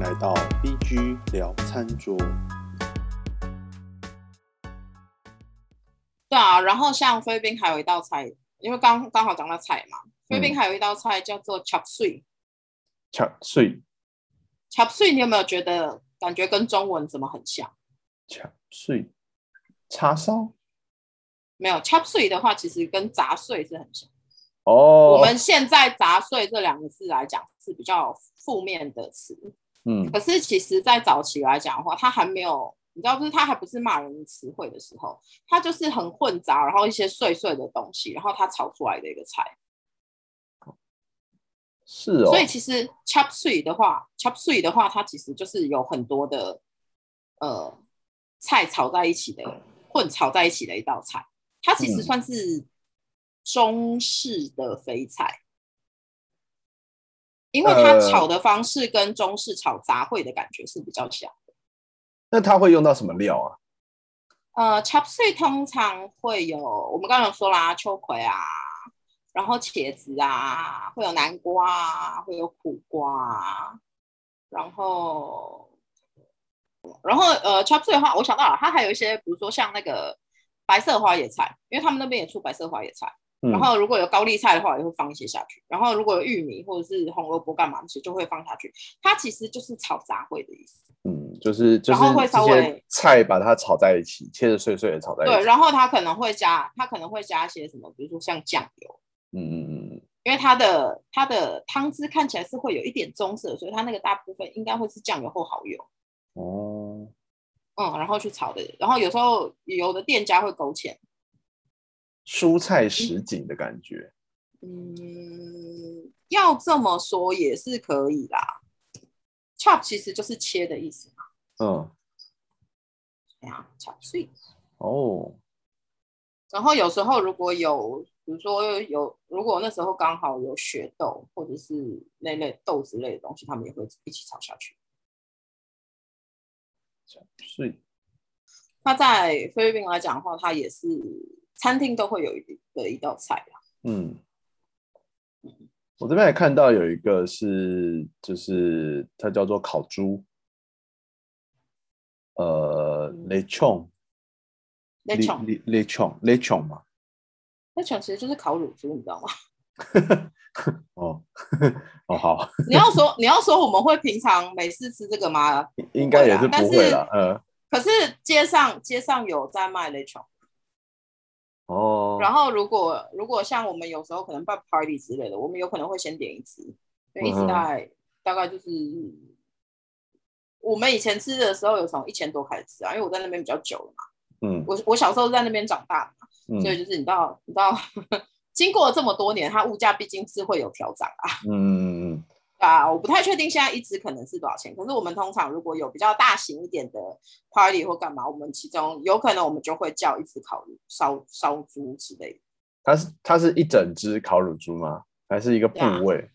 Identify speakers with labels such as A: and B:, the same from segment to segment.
A: 来到 BG 聊餐桌。
B: 对啊，然后像菲律宾还有一道菜，因为刚刚好讲到菜嘛，菲律宾还有一道菜叫做 chop suey。
A: 巧碎
B: chop suey 你有没有觉得感觉跟中文怎么很像？
A: 巧碎叉烧
B: 没有 chop suey 的话，其实跟杂碎是很像。
A: 哦
B: 我，们现在杂碎这两个字来讲是比较负面的词，
A: 嗯
B: 可是其实，在早期来讲的话，它还没有，你知道，就是它还不是骂人词汇的时候，它就是很混杂，然后一些碎碎的东西，然后它炒出来的一个菜。
A: 是哦
B: 所，以其实 chop suey 的话，chop suey 的话，它其实就是有很多的呃菜炒在一起的，混炒在一起的一道菜。它其
A: 嗯
B: 实算是中式的肥菜，因为它
A: 呃
B: 炒的方式跟中式炒杂烩的感觉是比较像。
A: 那它会用到什么料啊？
B: 呃，chop suey 通常会有我们刚刚有说啦，秋葵啊，然后茄子啊，会有南瓜啊，会有苦瓜啊，然后，然后呃，chop suey 的话，我想到了，它还有一些，比如说像那个白色花野菜，因为他们那边也出白色花野菜，
A: 嗯
B: 然后如果有高丽菜的话，也会放一些下去，然后如果有玉米或者是红萝卜干嘛，那些就会放下去，它其实就是炒杂烩的意思。
A: 嗯，就是就
B: 然
A: 是
B: 后会
A: 这
B: 稍
A: 些
B: 微
A: 菜把它炒在一起，切的碎碎的炒在
B: 对，
A: 一起。
B: 然后它可能会加，它可能会加一些什么，比如说像酱油。
A: 嗯嗯嗯，
B: 因为它的它的汤汁看起来是会有一点棕色，所以它那个大部分应该会是酱油或蚝油，
A: 哦，
B: 嗯，然后去炒的。然后有时候有的店家会勾芡，
A: 蔬菜什锦的感觉。
B: 嗯，要这么说也是可以啦。chop 其实就是切的意思嘛，
A: 嗯，
B: 哎呀，chop 碎。
A: 哦，
B: 然后有时候如果有，比如说有，如果那时候刚好有雪豆或者是那类豆子类的东西，他们也会一起炒下去。
A: 所以
B: 那在菲律宾来讲的话，它也是餐厅都会有一的一道菜啦。
A: 嗯，我这边还看到有一个是，就是它叫做烤猪，呃
B: 嗯
A: ，lechon，
B: 那琼，
A: lechon，lechon 嘛，
B: 那琼其实就是烤乳猪，你知道吗？
A: 哦， 哦好，
B: 你要说你要说我们会平常每次吃这个吗？
A: 应应该也是
B: 不会啦
A: 不会啦，呃，
B: 可是街上街上有在卖那琼，
A: 哦，
B: 然后如果如果像我们有时候可能办 party 之类的，我们有可能会先点一只，因为一只
A: 嗯哼
B: 大概、大概就是我们以前吃的时候有从一千多开始吃啊，因为我在那边比较久了嘛，
A: 嗯
B: 我我小时候在那边长大的，
A: 嗯
B: 所以就是你知道，你知道， 经过了这么多年，它物价毕竟是会有调涨啊。
A: 嗯嗯嗯
B: 啊，我不太确定现在一只可能是多少钱，可是我们通常如果有比较大型一点的 party 或干嘛，我们其中有可能我们就会叫一只烤肉烧烧猪之类的，
A: 它是它是一整只烤乳猪吗？还是一个部
B: 对啊
A: 位？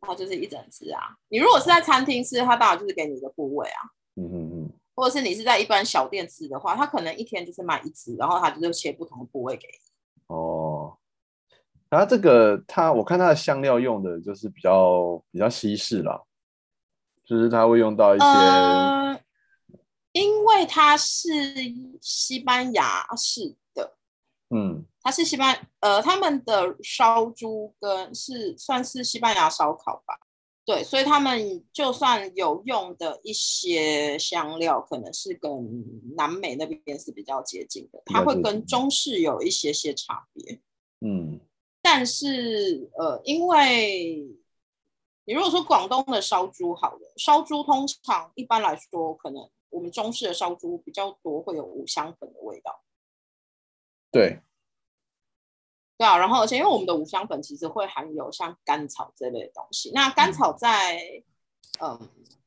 B: 它就是一整只啊。你如果是在餐厅吃，它当然就是给你一个部位啊，
A: 嗯嗯嗯，
B: 或者是你是在一般小店吃的话，它可能一天就是卖一只，然后它就是切不同的部位给你。
A: 哦，然后这个它，我看它的香料用的就是比较比较西式啦，就是它会用到一些，
B: 呃，因为它是西班牙式的，
A: 嗯
B: 它是西班呃，他们的烧猪跟是算是西班牙烧烤吧，对，所以他们就算有用的一些香料，可能是跟南美那边是比较接近的，
A: 比较
B: 它
A: 接近
B: 会跟中式有一些些差别，
A: 嗯
B: 但是呃，因为你如果说广东的烧猪好了，烧猪通常一般来说，可能我们中式的烧猪比较多会有五香粉的味道。
A: 对，
B: 对啊，然后而且因为我们的五香粉其实会含有像甘草这类的东西，那甘草在嗯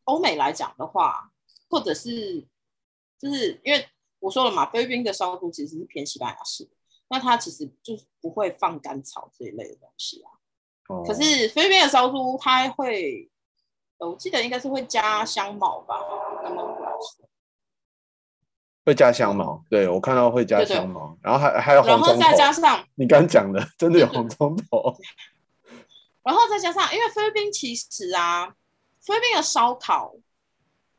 B: 欧美来讲的话，或者是就是因为我说了嘛，菲律宾的烧猪其实是偏西班牙式的，那它其实就是不会放甘草这一类的东西啊。
A: 哦
B: 可是菲律宾的烧猪它会，呃我记得应该是会加香茅吧，那么
A: 会加香茅，对我看到会加
B: 对对
A: 香茅，然后还还有
B: 然
A: 红
B: 后
A: 葱
B: 再
A: 头，
B: 加上
A: 你刚讲的真的有红 葱头，
B: 然后再加上，因为菲律宾其实啊，菲律宾的烧烤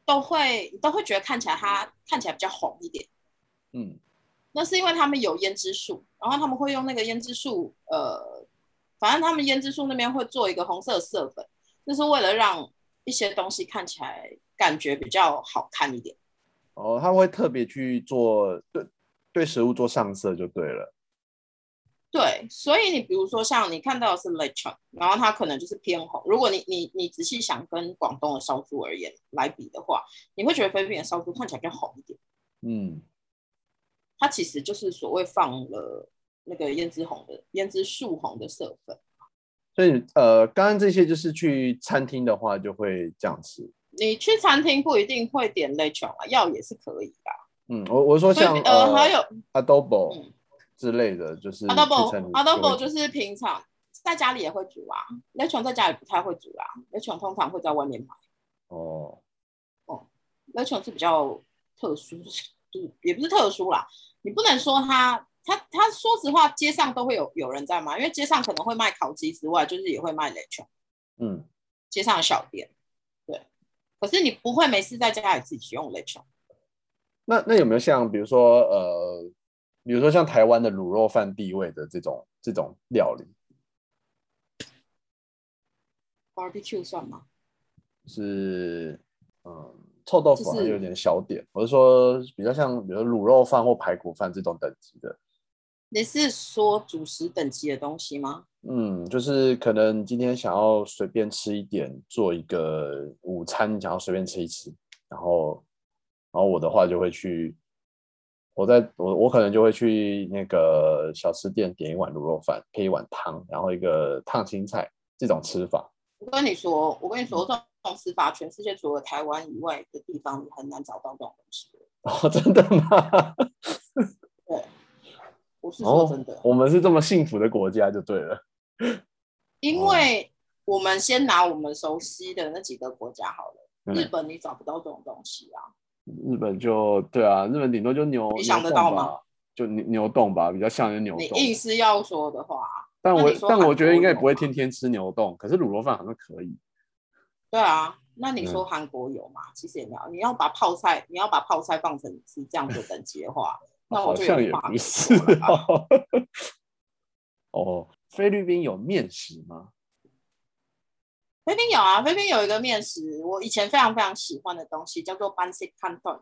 B: 都会你都会觉得看起来它看起来比较红一点。
A: 嗯，
B: 那是因为他们有胭脂树，然后他们会用那个胭脂树，呃，反正他们胭脂树那边会做一个红色的色粉，那是为了让一些东西看起来感觉比较好看一点。
A: 哦，他们会特别去做对对食物做上色就对了。
B: 对，所以你比如说像你看到的是 lechon，然后它可能就是偏红。如果你你你仔细想跟广东的烧猪而言来比的话，你会觉得菲律宾的烧猪看起来比较红一点。
A: 嗯，
B: 它其实就是所谓放了那个胭脂红的胭脂树红的色粉。
A: 所以呃，刚刚这些就是去餐厅的话就会这样吃。
B: 你去餐厅不一定会点 lechon 啊，要也是可以的啊。
A: 嗯，我我说
B: 所以
A: 像
B: 呃，还有啊
A: adobo
B: 嗯
A: 之类的，就是嗯去餐
B: adobo
A: 厅
B: adobo 就是是平常在家里也会煮啊，lechon 在家里不太会煮啊，lechon 通常会在外面买。
A: 哦，
B: 要求是比较特殊， 就是也不是特殊啦，你不能说他他他说实话，街上都会有有人在卖，因为街上可能会卖烤鸡之外，就是也会卖雷球，
A: 嗯，
B: 街上的小店，对。可是你不会没事在家里自己用雷球，
A: 那那有没有像比如说呃，比如说像台湾的卤肉饭地位的这种这种料理，
B: barbecue 算吗？
A: 是嗯臭豆腐好像
B: 就是
A: 有点小点，我是说比较像比如说卤肉饭或排骨饭这种等级的，
B: 你是说主食等级的东西吗？
A: 嗯，就是可能今天想要随便吃一点，做一个午餐，想要随便吃一吃，然后，然后我的话就会去，我在我我可能就会去那个小吃店点一碗卤肉饭，配一碗汤，然后一个烫青菜这种吃法。
B: 我跟你说，我跟你说，这种吃法，全世界除了台湾以外的地方，你很难找到这种东西。
A: 哦，真的吗？
B: 我是说
A: 哦
B: 真的。，
A: 我们是这么幸福的国家就对了。
B: 因
A: 哦
B: 为我们先拿我们熟悉的那几个国家好了，
A: 嗯
B: 日本你找不到这种东西啊，
A: 日本就对啊，日本顶多就牛，
B: 你想得
A: 牛
B: 到
A: 冻
B: 吗
A: 吧？就牛牛冻吧，比较像是牛
B: 你
A: 冻。
B: 硬是要说的话，
A: 但
B: 那
A: 我
B: 你说
A: 但
B: 韩
A: 我觉得应该也
B: 国
A: 不会
B: 有吗
A: 天天吃牛冻，可是卤肉饭好像可以。
B: 对啊，那你说韩国有吗？其实也没有，你要把泡菜，你要把泡菜放成是这样子等级的话，那我
A: 好
B: 就
A: 像也
B: 有话
A: 不
B: 可
A: 是
B: 说了吧。
A: 哦。 哦，菲律宾有面食吗？
B: 菲律宾有啊，菲律宾有一个面食，我以前非常非常喜欢的东西叫做 bansik canton，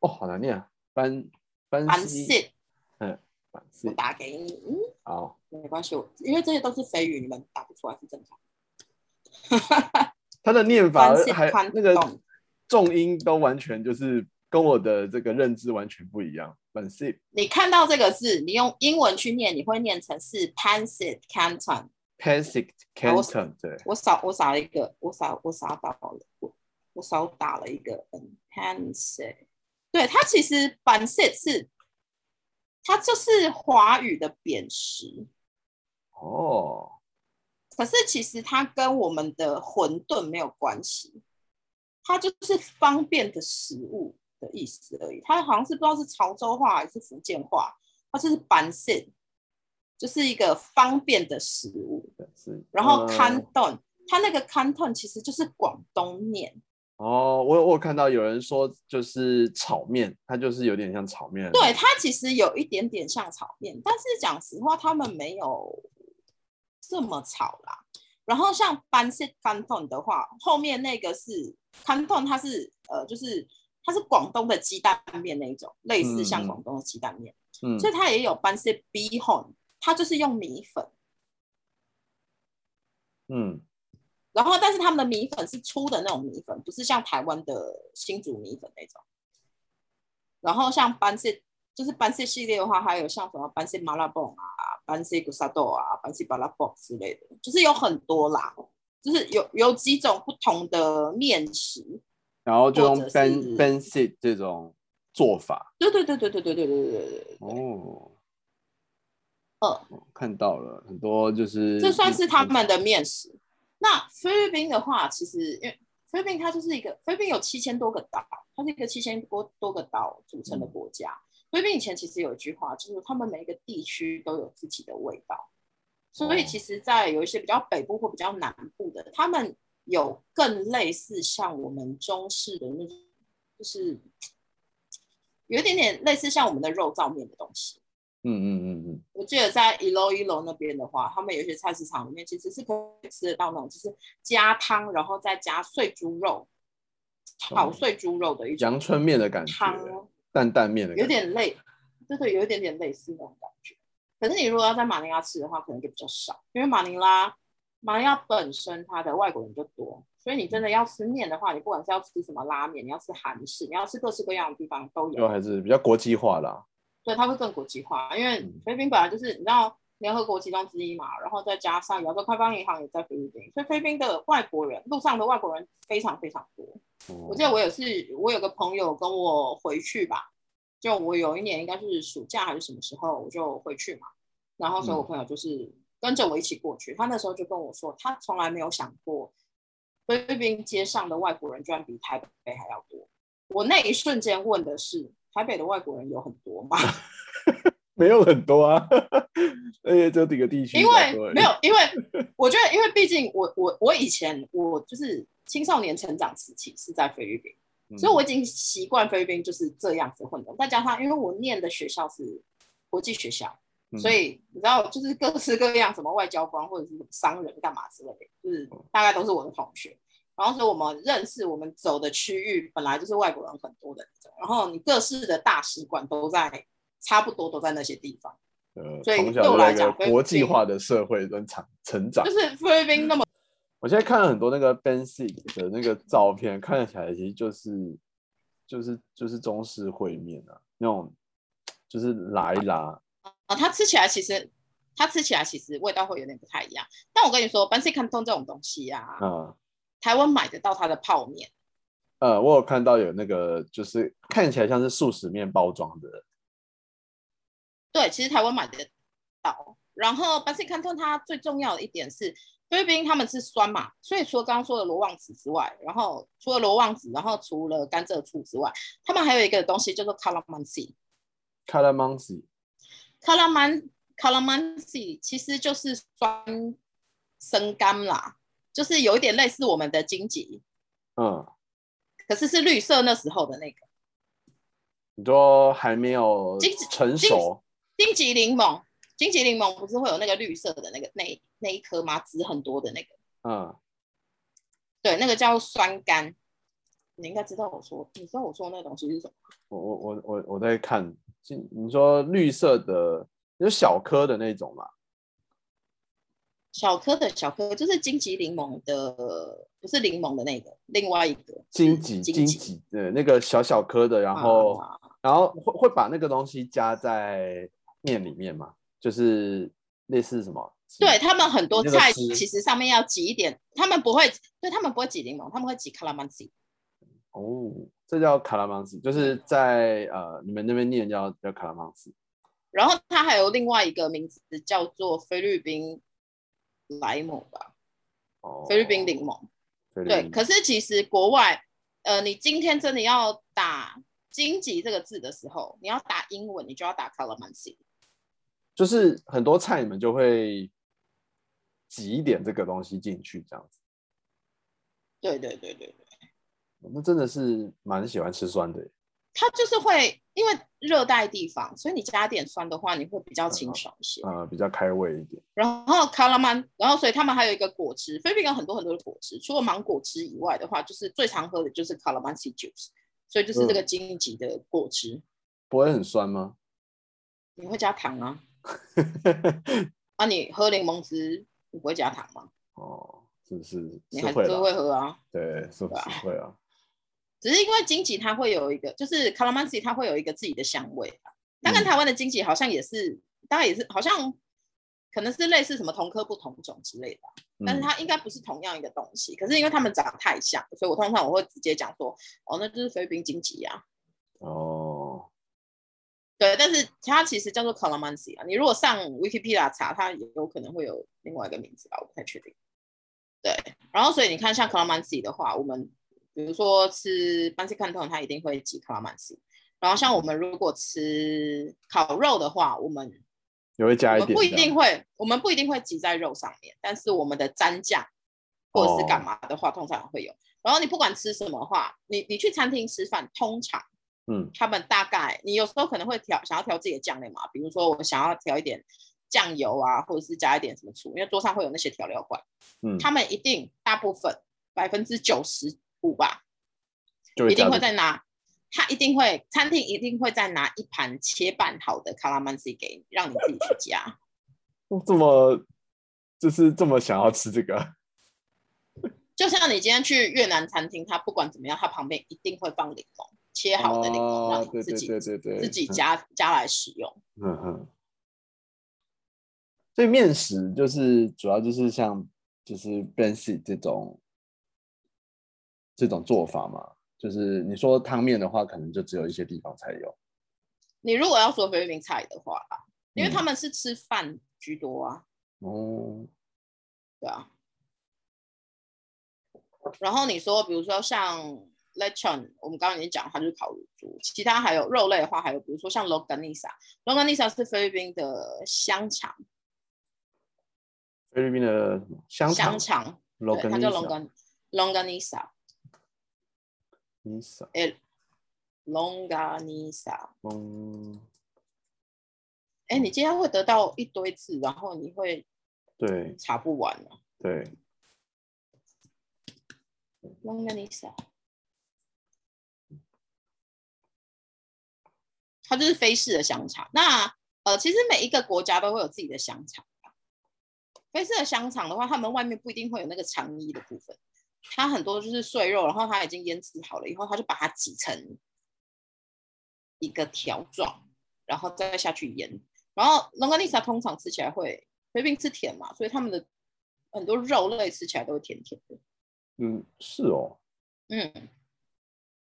A: 哦，好难念啊，班班
B: 班
A: 西
B: sit，
A: 班
B: 我
A: 西，
B: 打给你，嗯，
A: 好，
B: 没关系，我因为这些都是菲语，你们打不出来是正常。
A: 它的念法
B: Pancit
A: 还
B: Canton
A: 那个重音都完全就是跟我的这个认知完全不一样。班西
B: 你看到这个字，你用英文去念，你会念成是 Pancit Canton。
A: Pacific
B: 好我
A: Canton 对，
B: 我少我少了一个，我少我少打了，我我少打了一个嗯 Pancit。对，它其实 Pancit 是，它就是华语的扁食，
A: 哦，
B: 可是其实它跟我们的馄饨没有关系，它就是方便的食物的意思而已。它好像是不知道是潮州话还是福建话，它就是 Pancit，就是一个方便的食物。
A: 是。
B: 然后
A: 呃
B: Canton，、它那个 Canton 其实就是广东面，
A: 哦，我有我有看到有人说就是炒面，它就是有点像炒面的那种。
B: 对，它其实有一点点像炒面，但是讲实话，他们没有这么炒啦。然后像 Pancit Canton 的话，后面那个是 Canton，它是呃，就是它是广东的鸡蛋面那一种，类似
A: 嗯嗯
B: 像广东的鸡蛋面，
A: 嗯
B: 所以它也有 Pancit Bihon，它就是用米粉，
A: 嗯，
B: 然后但是他们的米粉是粗的那种米粉，不是像台湾的新竹米粉那种。然后像班式，就是班式系列的话，还有像什么班式麻辣棒啊、班式古沙豆啊、班式巴拉棒之类的，就是有很多啦，就是有有几种不同的面食。
A: 然后就用
B: 或者
A: ben
B: 是
A: ben sit 这种做法
B: 对对对对对对对对对对对对。
A: 哦。
B: 嗯
A: 哦，看到了很多，就是嗯
B: 这算是他们的面食。那菲律宾的话，其实因为菲律宾它就是一个菲律宾有七千多个岛，它是一个七千多多个岛组成的国家。菲律宾以前其实有一句话，就是他们每一个地区都有自己的味道，所以
A: 哦
B: 其实，在有一些比较北部或比较南部的，他们有更类似像我们中式的那，就是有一点点类似像我们的肉燥面的东西。
A: 嗯嗯嗯嗯，
B: 我记得在一楼一楼那边的话，他们有些菜市场里面其实是可以吃得到那种，就是加汤，然后再加碎猪肉，炒碎猪肉的一种
A: 哦阳春面的感觉，
B: 汤，
A: 担担面的感
B: 有
A: 觉，
B: 点类，对对，有一点点类似那种感觉。可是你如果要在马尼拉吃的话，可能就比较少，因为马尼拉马尼拉本身它的外国人就多，所以你
A: 嗯
B: 真的要吃面的话，你不管是要吃什么拉面，你要吃韩式，你要吃各式各样的地方都有
A: 就。还是比较国际化啦。
B: 对，它会更国际化，因为
A: 嗯
B: 菲律宾本来就是你知道联合国其中之一嘛，然后再加上亚洲开发银行也在菲律宾，所以菲律宾的外国人路上的外国人非常非常多。
A: 哦
B: 我记得我有次我有个朋友跟我回去吧，就我有一年应该是暑假还是什么时候，我就回去嘛，然后所以我
A: 嗯
B: 朋友就是跟着我一起过去，他那时候就跟我说，他从来没有想过菲律宾街上的外国人居然比台北还要多。我那一瞬间问的是，台北的外国人有很多吗？
A: 没有很多啊， 而且只有几个地区比
B: 因
A: 较多而
B: 为
A: 已，
B: 没有，因为我觉得，因为毕竟我我我以前我就是青少年成长时期是在菲律宾，
A: 嗯，
B: 所以我已经习惯菲律宾就是这样子混动。再加上因为我念的学校是国际学校，
A: 嗯
B: 所以你知道就是各式各样什么外交官或者是什么商人干嘛之类的，就是
A: 嗯
B: 大概都是我的同学。然后所以我们认识我们走的区域本来就是外国人很多的那种，然后你各式的大使馆都在差不多都在那些地方。
A: 呃，
B: 所以
A: 从小
B: 对
A: 就
B: 我来
A: 在一
B: 讲
A: 个
B: 菲律
A: 国际
B: 宾
A: 化的社会跟成成长
B: 就。是菲律宾那么
A: 我现在看了很多那个 Ben s i c 的那个照片，看起来其实就是就是就是中式烩面啊，那种就是拉一拉，
B: 啊，它吃起来其实它吃起来其实味道会有点不太一样。但我跟你说 b a n s i c a n t o n 这种东西啊，
A: 啊
B: 台湾买得到它的泡面，
A: 呃，我有看到有那个就是看起来像是速食面包装的，
B: 对，其实台湾买得到。然后 b a n s i c a n t o n 它最重要的一点是。菲律宾他们吃酸嘛，所以除了刚刚说的罗旺子之外，然后除了罗旺子，然后除了甘蔗醋之外，他们还有一个东西叫做 calamansi。
A: c a l a m a n s i
B: calaman calamansi 其实就是酸生柑啦，就是有一点类似我们的荆棘，
A: 嗯，
B: 可是是绿色那时候的那个
A: 你说还没有
B: 金子
A: 成
B: 金
A: 熟，
B: 荆棘柠檬。荆棘柠檬不是会有那个绿色的那个那那一颗吗？籽很多的那个，
A: 嗯，
B: 对，那个叫酸柑。你应该知道我说，你知道我说的那东西是什么？
A: 我我我我我在看，金你说绿色的，就小颗的那种嘛，
B: 小颗的小颗，就是荆棘柠檬的，不是柠檬的那个，另外一个
A: 荆棘
B: 荆
A: 荆棘，对，那个小小颗的，然后。
B: 啊
A: 然后会会把那个东西加在面里面嘛，就是类似什么？
B: 对他们很多
A: 那个
B: 菜
A: 汁
B: 其实上面要挤一点，他们不会，对他们不会挤柠檬，他们会挤 calamansi。
A: 哦，这叫卡拉芒斯，就是在呃你们那边念叫叫卡拉芒斯。
B: 然后它还有另外一个名字叫做菲律宾莱姆吧，
A: 哦，
B: 菲律宾柠檬。
A: 菲律
B: 对，
A: 宾，
B: 可是其实国外，呃，你今天真的要打“荆棘”这个字的时候，你要打英文，你就要打 calamansi。
A: 就是很多菜你们就会挤一点这个东西进去，这样子。
B: 对对对对对，
A: 那真的是蛮喜欢吃酸的耶，
B: 它就是会因为热带地方，所以你加点酸的话，你会比较清爽一些。
A: 呃，比较开胃一点。
B: 然后卡拉曼，然后所以他们还有一个果汁，菲律宾有很多很多的果汁，除了芒果汁以外的话，就是最常喝的就是卡拉曼 juice，所以就是这个荆棘的果汁，
A: 不会很酸吗？
B: 你会加糖啊？啊，你喝柠檬汁，你不会加糖吗？
A: 哦，是是
B: 你
A: 是
B: 还是
A: 会啦，
B: 会喝啊。
A: 对，是
B: 对啊
A: 是会啊。
B: 只是因为荆棘它会有一个，就是卡拉曼 c 它会有一个自己的香味啊。它跟
A: 嗯
B: 台湾的荆棘好像也是，大概也是好像可能是类似什么同科不同种之类的。但
A: 嗯
B: 是它应该不是同样一个东西。可是因为它们长得太像，所以我通常我会直接讲说，哦，那就是菲律宾荆棘啊。
A: 哦，
B: 对，但是它其实叫做 calamansi 啊。你如果上 Wikipedia 查，它也有可能会有另外一个名字吧，我不太确定。对，然后所以你看，像 calamansi 的话，我们比如说吃 b a n s i c a n t o n 它一定会挤 calamansi。然后像我们如果吃烤肉的话，我们
A: 也会加
B: 我
A: 一
B: 们
A: 点，
B: 不一定会，我们不一定会挤在肉上面，但是我们的蘸酱或者是
A: 哦
B: 干嘛的话，通常会有。然后你不管吃什么的话，你你去餐厅吃饭，通常
A: 嗯
B: 他们大概你有时候可能会调想要调自己的酱料嘛，比如说我想要调一点酱油啊，或者是加一点什么醋，因为桌上会有那些调料罐，
A: 嗯，
B: 他们一定大部分百分之九十五吧，
A: 就会
B: 一
A: 加
B: 定会
A: 这个
B: 再拿，他一定会餐厅一定会再拿一盘切拌好的卡拉曼西给你，让你自己去加。
A: 哦这么就是这么想要吃这个，
B: 就像你今天去越南餐厅，它不管怎么样，它旁边一定会放柠檬，切好的柠檬，
A: 哦
B: 让你
A: 对
B: 自
A: 对
B: 己
A: 对对对，
B: 自己
A: 嗯
B: 加加来使用。
A: 嗯哼，所以面食就是主要就是像就是 Bensi 这种这种做法嘛，就是你说汤面的话，可能就只有一些地方才有。
B: 你如果要说菲律宾菜的话啦，因为
A: 嗯
B: 他们是吃饭居多啊，
A: 哦，
B: 对啊。然后你说，比如说像 lechon，我们刚刚已经讲，它就是烤乳猪。其他还有肉类的话，还有比如说像 loganisa，loganisa 是菲律宾的香肠，
A: 菲律宾的什么香
B: 香
A: 肠
B: 肠，对，它叫
A: （longanisa），
B: longan longanisa，
A: 尼萨
B: 哎，longanisa。
A: 嗯，
B: 哎，你今天会得到一堆字，然后你会
A: 对
B: 查不完啊。
A: 对，
B: longanisa，它就是菲式的香肠。那呃，其实每一个国家都会有自己的香肠吧。菲式的香肠的话，他们外面不一定会有那个肠衣的部分，它很多就是碎肉，然后它已经腌制好了以后，它就把它挤成一个条状，然后再下去腌。然后 longanisa 通常吃起来会，菲律宾吃甜嘛，所以他们的很多肉类吃起来都会甜甜的。
A: 嗯，是哦，
B: 嗯，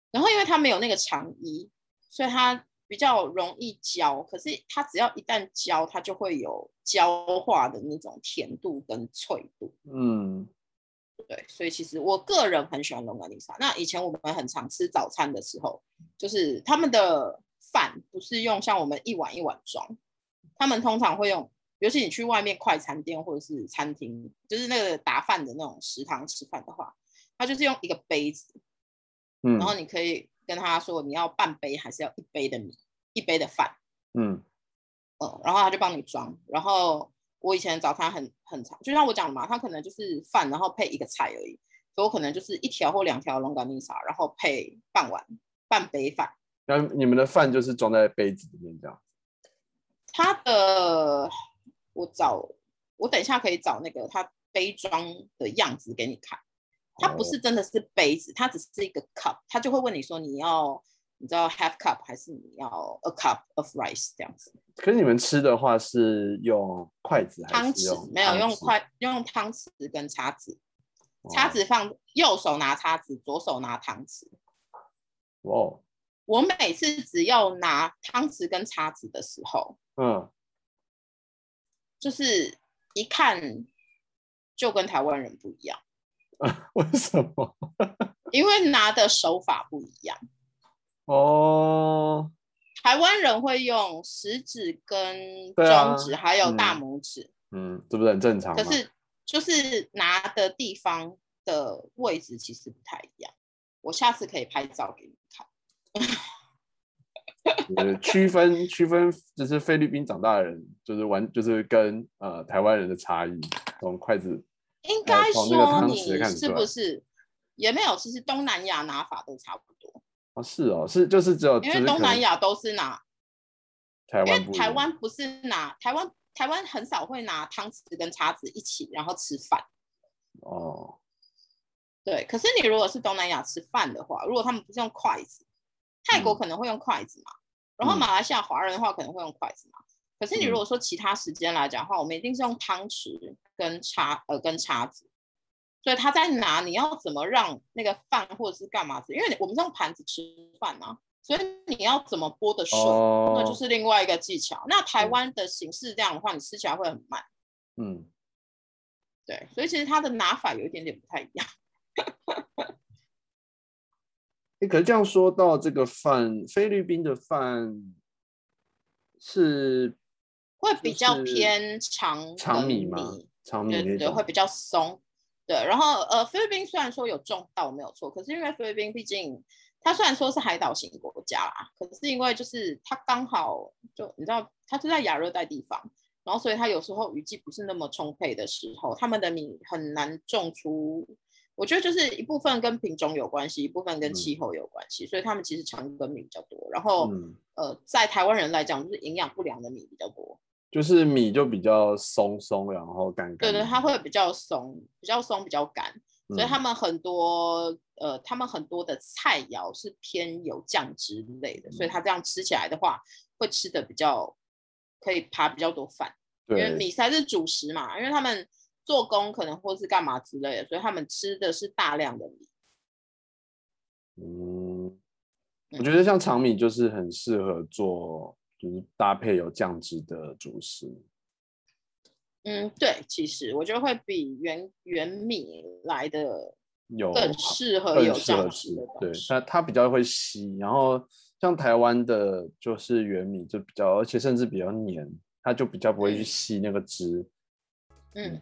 B: 然后因为它没有那个肠衣，所以它比较容易焦。可是它只要一旦焦，它就会有焦化的那种甜度跟脆度。
A: 嗯
B: 对，所以其实我个人很喜欢龙岗丽莎。那以前我们很常吃早餐的时候，就是他们的饭不是用像我们一碗一碗装，他们通常会用，尤其你去外面快餐店或者是餐厅，就是那个打饭的那种食堂吃饭的话，它就是用一个杯子。
A: 嗯
B: 然后你可以跟他说你要半杯还是要一杯的米，一杯的饭，
A: 嗯
B: 嗯，然后他就帮你装。然后我以前早餐很很长，就像我讲的嘛，他可能就是饭，然后配一个菜而已，所以我可能就是一条或两条龙岗丽莎，然后配半碗半杯饭。
A: 那你们的饭就是装在杯子里面这样，
B: 它的我找我等一下可以找那个它杯装的样子给你看。它不是真的是杯子，它只是一个 cup，它就会问你说你要你知道 half cup 还是你要 a cup of rice 这样子，
A: 可是你们吃的话是用筷子还
B: 汤
A: 是用
B: 匙没有
A: 汤
B: 用
A: 匙
B: 筷用汤匙跟叉子，
A: 哦
B: 叉子放右手拿叉子，左手拿汤匙。
A: 哇哦，
B: 我每次只要拿汤匙跟叉子的时候，
A: 嗯，
B: 就是一看就跟台湾人不一样，
A: 为什么？
B: 因为拿的手法不一样。
A: 哦，
B: 台湾人会用食指跟
A: 对啊
B: 中指，还有大
A: 嗯
B: 拇指，
A: 嗯，这不是很正常吗？
B: 可是就是拿的地方的位置其实不太一样。我下次可以拍照给你看。
A: 就是区分区分，就是菲律宾长大的人，就是完就是跟呃台湾人的差异，从筷子
B: 应该
A: 哦从那个
B: 说
A: 汤
B: 你
A: 匙看得
B: 是
A: 出来
B: 不是也没有？其实东南亚拿法都差不多，
A: 哦是哦是就是只有只
B: 因为
A: 是
B: 东
A: 可
B: 南
A: 能
B: 亚都是拿，
A: 台
B: 因
A: 湾
B: 为
A: 不一
B: 台
A: 样
B: 湾不是拿台湾台湾很少会拿汤匙跟叉子一起然后吃饭。
A: 哦
B: 对，可是你如果是东南亚吃饭的话，如果他们不是用筷子，泰国
A: 嗯
B: 可能会用筷子嘛，然后
A: 嗯
B: 马来西亚华人的话可能会用筷子嘛。可是你
A: 嗯
B: 如果说其他时间来讲的话，我们一定是用汤匙跟叉呃跟叉子，所以他在拿你要怎么让那个饭或者是干嘛子，因为你我们是用盘子吃饭啊，所以你要怎么剥的顺，
A: 哦
B: 那就是另外一个技巧。那台
A: 嗯
B: 湾的形式这样的话，你吃起来会很慢，
A: 嗯
B: 对，所以其实它的拿法有一点点不太一样。
A: 诶可是这样说到这个饭，菲律宾的饭是
B: 会
A: 就
B: 比较
A: 是
B: 偏长
A: 长
B: 跟
A: 米
B: 米
A: 吗长米
B: 对
A: 那
B: 对对，
A: 种
B: 会比较松。对，然后呃，菲律宾虽然说有种稻没有错，可是因为菲律宾毕竟它虽然说是海岛型国家啦，可是因为就是它刚好就你知道它就在亚热带地方，然后所以它有时候雨季不是那么充沛的时候，他们的米很难种出。我觉得就是一部分跟品种有关系，一部分跟气候有关系，所以他们其实长耕米比较多。然后、
A: 嗯，
B: 呃，在台湾人来讲，就是营养不良的米比较多。
A: 就是米就比较松松，然后干干。
B: 对对，它会比较松，比较松，比较干。
A: 嗯，
B: 所以他们很多呃，他们很多的菜肴是偏有酱汁类的，
A: 嗯
B: 所以它这样吃起来的话，会吃的比较可以扒比较多饭，因为
A: 对
B: 米才是主食嘛。因为他们做工可能或是干嘛之类的，所以他们吃的是大量的米。
A: 嗯，
B: 嗯
A: 我觉得像长米就是很适合做，就是搭配有酱汁的主食。
B: 嗯，对，其实我觉得会比原原米来的
A: 有
B: 更适合
A: 哦更
B: 有
A: 适合
B: 酱
A: 吃
B: 汁的，
A: 对
B: 东西。
A: 它它比较会吸，然后像台湾的就是原米就比较，而且甚至比较黏，它就比较不会去
B: 嗯
A: 吸那个汁。
B: 嗯，